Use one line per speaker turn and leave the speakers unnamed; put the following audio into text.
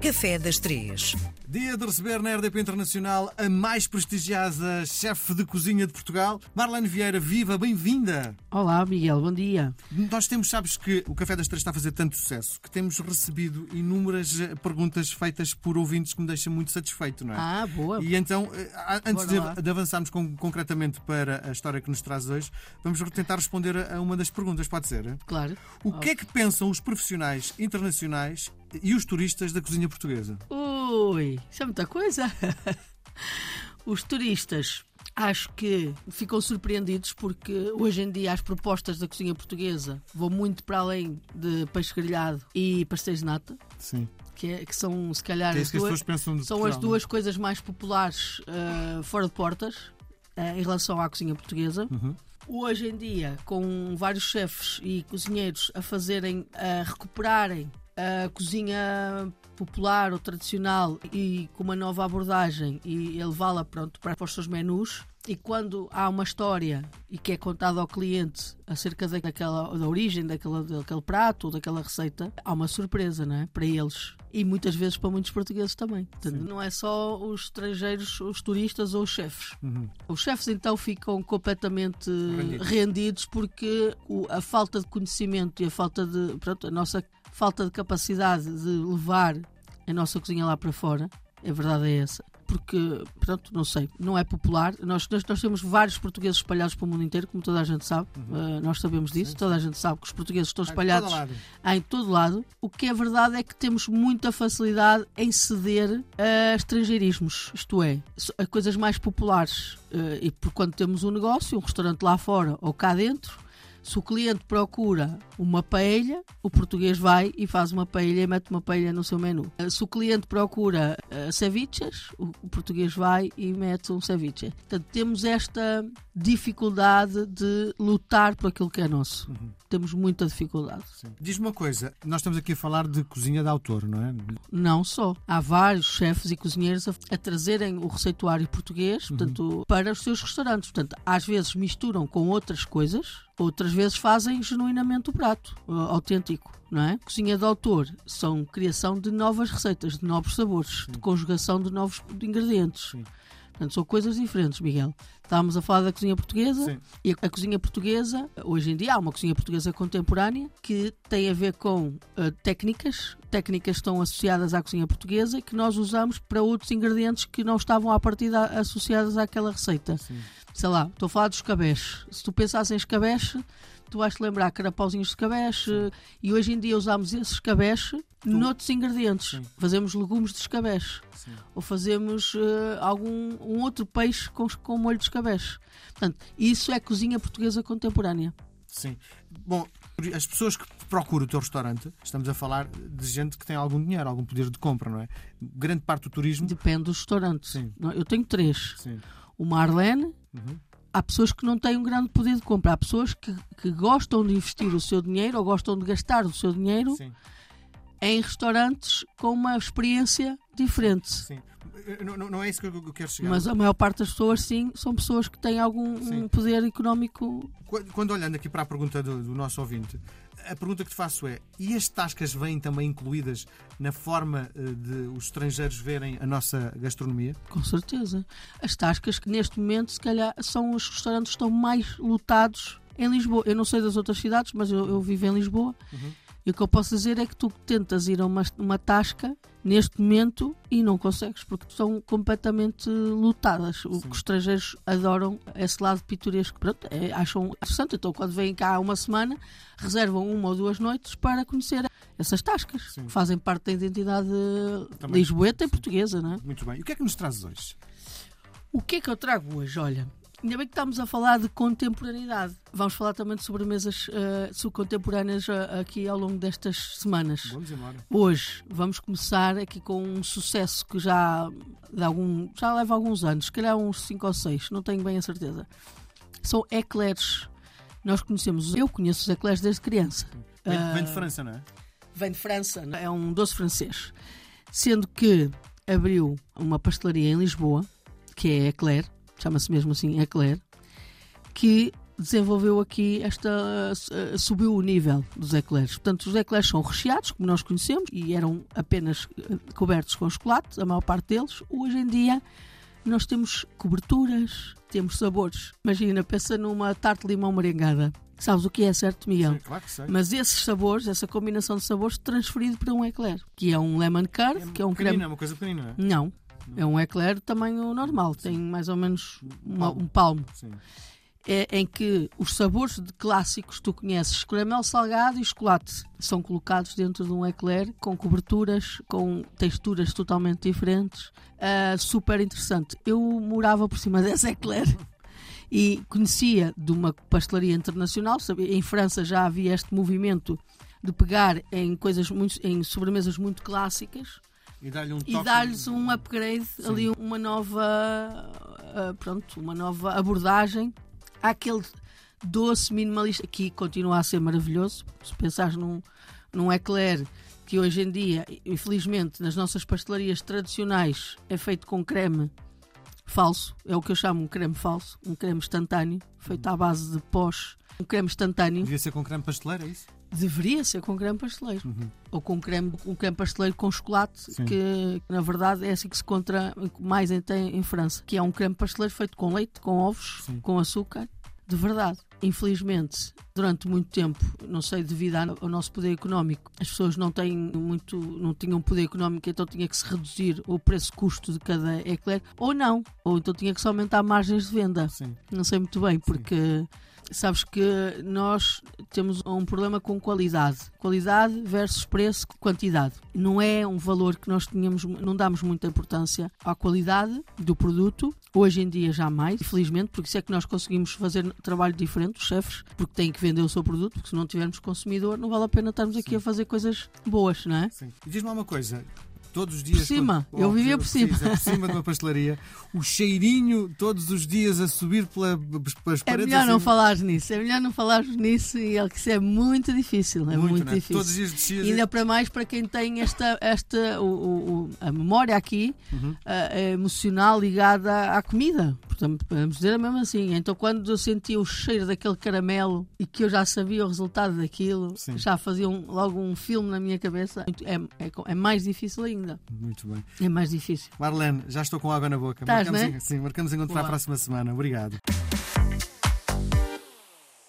Café das Três.
Dia de receber na RDP Internacional a mais prestigiosa chefe de cozinha de Portugal, Marlene Vieira. Viva, bem-vinda!
Olá, Miguel, bom dia.
Nós temos, sabes que o Café das Três está a fazer tanto sucesso que temos recebido inúmeras eh, perguntas feitas por ouvintes que me deixam muito satisfeito, não é?
Ah, boa.
E então, eh, a- antes
Bora
de,
lá.
de avançarmos com- concretamente para a história que nos traz hoje, vamos tentar responder a a uma das perguntas, pode ser?
Claro.
O que é que pensam os profissionais internacionais e os turistas da cozinha portuguesa?
Ui, isso é muita coisa. Os turistas acho que ficam surpreendidos porque hoje em dia as propostas da cozinha portuguesa vão muito para além de peixe grelhado e pastéis de nata,
Sim.
que, é- que são se calhar
Que é
as
isso que as
duas,
pessoas pensam de
são
Portugal, é?
as duas coisas mais populares eh, fora de portas eh, em relação à cozinha portuguesa.
Uhum.
Hoje em dia, com vários chefes e cozinheiros a fazerem, a recuperarem a cozinha popular ou tradicional e com uma nova abordagem e a levá-la pronto para para os seus menus. E quando há uma história e que é contada ao cliente acerca da- daquela, da origem daquela, daquele prato ou daquela receita, há uma surpresa, não é? Para eles. E muitas vezes para muitos portugueses também. Portanto, não é só os estrangeiros, os turistas ou os chefes. Os chefes então ficam completamente
Rendidos.
rendidos, porque o- a falta de conhecimento e a falta de pronto, a nossa falta de capacidade de levar a nossa cozinha lá para fora, a verdade é essa. Porque, pronto, não sei, não é popular. Nós, nós, nós temos vários portugueses espalhados pelo mundo inteiro, como toda a gente sabe. Eh, nós sabemos disso, toda a gente sabe que os portugueses estão
Ah, de todo
espalhados
lado.
em todo lado. O que é verdade é que temos muita facilidade em ceder a estrangeirismos, isto é, so- a coisas mais populares. Eh, E por quando temos um negócio, um restaurante lá fora ou cá dentro, se o cliente procura uma paella, o português vai e faz uma paella e mete uma paella no seu menu. Eh, Se o cliente procura eh, ceviches, o o português vai e mete um ceviche. Portanto, temos esta dificuldade de lutar por aquilo que é nosso. Temos muita dificuldade.
Diz-me uma coisa, nós estamos aqui a falar de cozinha de autor, não é?
Não só. Há vários chefes e cozinheiros a, a trazerem o receituário português portanto, para os seus restaurantes. Portanto, às vezes misturam com outras coisas, outras vezes fazem genuinamente o prato eh, autêntico. Não é? Cozinha de autor são criação de novas receitas, de novos sabores, de conjugação de novos ingredientes. Portanto, são coisas diferentes, Miguel. Estávamos a falar da cozinha portuguesa
Sim.
e a- a cozinha portuguesa, hoje em dia, há uma cozinha portuguesa contemporânea que tem a ver com eh, técnicas. Técnicas que estão associadas à cozinha portuguesa e que nós usamos para outros ingredientes que não estavam à partida associadas àquela receita. Sei lá, estou a falar dos cabés. Se tu pensasse em escabeche, tu vais te lembrar carapauzinhos de escabeche e hoje em dia usamos esse escabeche noutros ingredientes. Fazemos legumes de escabeche ou fazemos eh, algum um outro peixe com, com molho de escabeche. Portanto, isso é cozinha portuguesa contemporânea.
Sim. Bom, as pessoas que procuram o teu restaurante, estamos a falar de gente que tem algum dinheiro, algum poder de compra, não é? Grande parte do turismo.
Depende dos restaurantes.
Sim. Uhum.
Não, Eu tenho três.
Sim.
Uma Arlene. Há pessoas que não têm um grande poder de compra. Há pessoas que, que gostam de investir o seu dinheiro ou gostam de gastar o seu dinheiro
Sim,
em restaurantes com uma experiência diferente.
sim. Eu- Não, não- não é isso que eu que eu quero chegar.
Mas a maior parte das pessoas, sim, são pessoas que têm algum
Sim.
um poder económico
Quando- Quando olhando aqui para a pergunta do, do nosso ouvinte, a pergunta que te faço é: e as tascas vêm também incluídas na forma eh, de os estrangeiros verem a nossa gastronomia?
Com certeza. As tascas que neste momento, se calhar, são os restaurantes que estão mais lotados em Lisboa. Eu não sei das outras cidades, mas eu, eu vivo em Lisboa.
Uhum.
E o que eu posso dizer é que tu tentas ir a uma, uma tasca neste momento e não consegues, porque estão completamente lotadas. O que os estrangeiros adoram esse lado pitoresco. Pronto, é, acham interessante. Então, quando vêm cá há uma semana, reservam uma ou duas noites para conhecer essas tascas,
Sim.
que fazem parte da identidade
Também.
lisboeta e portuguesa, não é?
Muito bem. E o que é que nos trazes hoje?
O que é que eu trago hoje? Olha, ainda bem que estamos a falar de contemporaneidade. Vamos falar também de sobremesas eh, subcontemporâneas eh, aqui ao longo destas semanas.
Vamos embora.
Hoje vamos começar aqui com um sucesso que já, de algum, já leva alguns anos, se calhar uns 5 ou 6, não tenho bem a certeza. São eclairs. Nós conhecemos, eu conheço os eclairs desde criança.
Vem, vem de França, não é?
Vem de França, não é? é um doce francês. Sendo que abriu uma pastelaria em Lisboa, que é Eclair, chama-se mesmo assim Eclair, que desenvolveu aqui esta. eh, subiu o nível dos eclairs. Portanto, os eclairs são recheados, como nós conhecemos, e eram apenas eh, cobertos com chocolate, a maior parte deles. Hoje em dia, nós temos coberturas, temos sabores. Imagina, pensa numa tarte de limão merengada. Sabes o que é, certo, Miguel?
Sei, claro que sei.
Mas esses sabores, essa combinação de sabores, transferido para um eclair, que é um lemon curd, que é um
pequenina,
creme.
é uma coisa pequenina, não é?
Não, é um eclair de tamanho normal, tem mais ou menos uma-
Palmo.
um palmo.
Sim.
É, em que os sabores de clássicos que tu conheces, caramelo salgado e chocolate, são colocados dentro de um eclair com coberturas, com texturas totalmente diferentes. Ah, super interessante. Eu morava por cima desse eclair e conhecia de uma pastelaria internacional. Sabia, em França já havia este movimento de pegar em coisas muito, em sobremesas muito clássicas
E dá-lhe um toque.
e dar-lhes um upgrade ali uma nova ah, pronto uma nova abordagem àquele doce minimalista que continua a ser maravilhoso se pensares num num eclair que hoje em dia infelizmente nas nossas pastelarias tradicionais é feito com creme falso é o que eu chamo um creme falso um creme instantâneo feito à base de pós um creme instantâneo
Devia ser com creme pasteleiro, é isso?
Deveria ser com creme pasteleiro. Ou com creme, um creme pasteleiro com chocolate,
Uhum. Sim.
que na verdade é assim que se encontra mais em, tem em França. Que é um creme pasteleiro feito com leite, com ovos,
Sim.
com açúcar. De verdade. Infelizmente, durante muito tempo, não sei, devido à- ao nosso poder económico, as pessoas não têm muito, não tinham poder económico, então tinha que se reduzir o preço-custo de cada eclair, ou não, ou então tinha que se aumentar margens de venda.
Sim.
Não sei muito bem, porque sabes que nós temos um problema com qualidade. Qualidade versus preço, quantidade. Não é um valor que nós tínhamos, não damos muita importância à qualidade do produto. Hoje em dia já mais, infelizmente, porque isso é que nós conseguimos fazer trabalho diferente, os chefes, porque têm que vender o seu produto, porque se não tivermos consumidor, não vale a pena estarmos aqui a fazer coisas boas, não é?
Sim. E diz-me lá uma coisa. Todos os dias. Oh,
Por cima. Eu vivia por cima.
Precisa, por cima de uma pastelaria. O cheirinho todos os dias a subir pela, pelas paredes.
É melhor não
assim,
falares nisso, é melhor não falares nisso e é que isso é muito difícil, é muito,
né?
difícil.
Todos os dias descias.
E ainda para mais para quem tem esta, esta o- o- o- a memória aqui a- a emocional ligada à comida. Portanto, podemos dizer mesmo assim. Então, quando eu sentia o cheiro daquele caramelo e que eu já sabia o resultado daquilo,
Sim.
já fazia um- logo um filme na minha cabeça. É, é, é mais difícil ainda.
Muito bem.
É mais difícil.
Marlene, já estou com água na boca.
Estás,
marcamos,
né?
en- Sim, marcamos encontro para a
Boa.
próxima semana. Obrigado.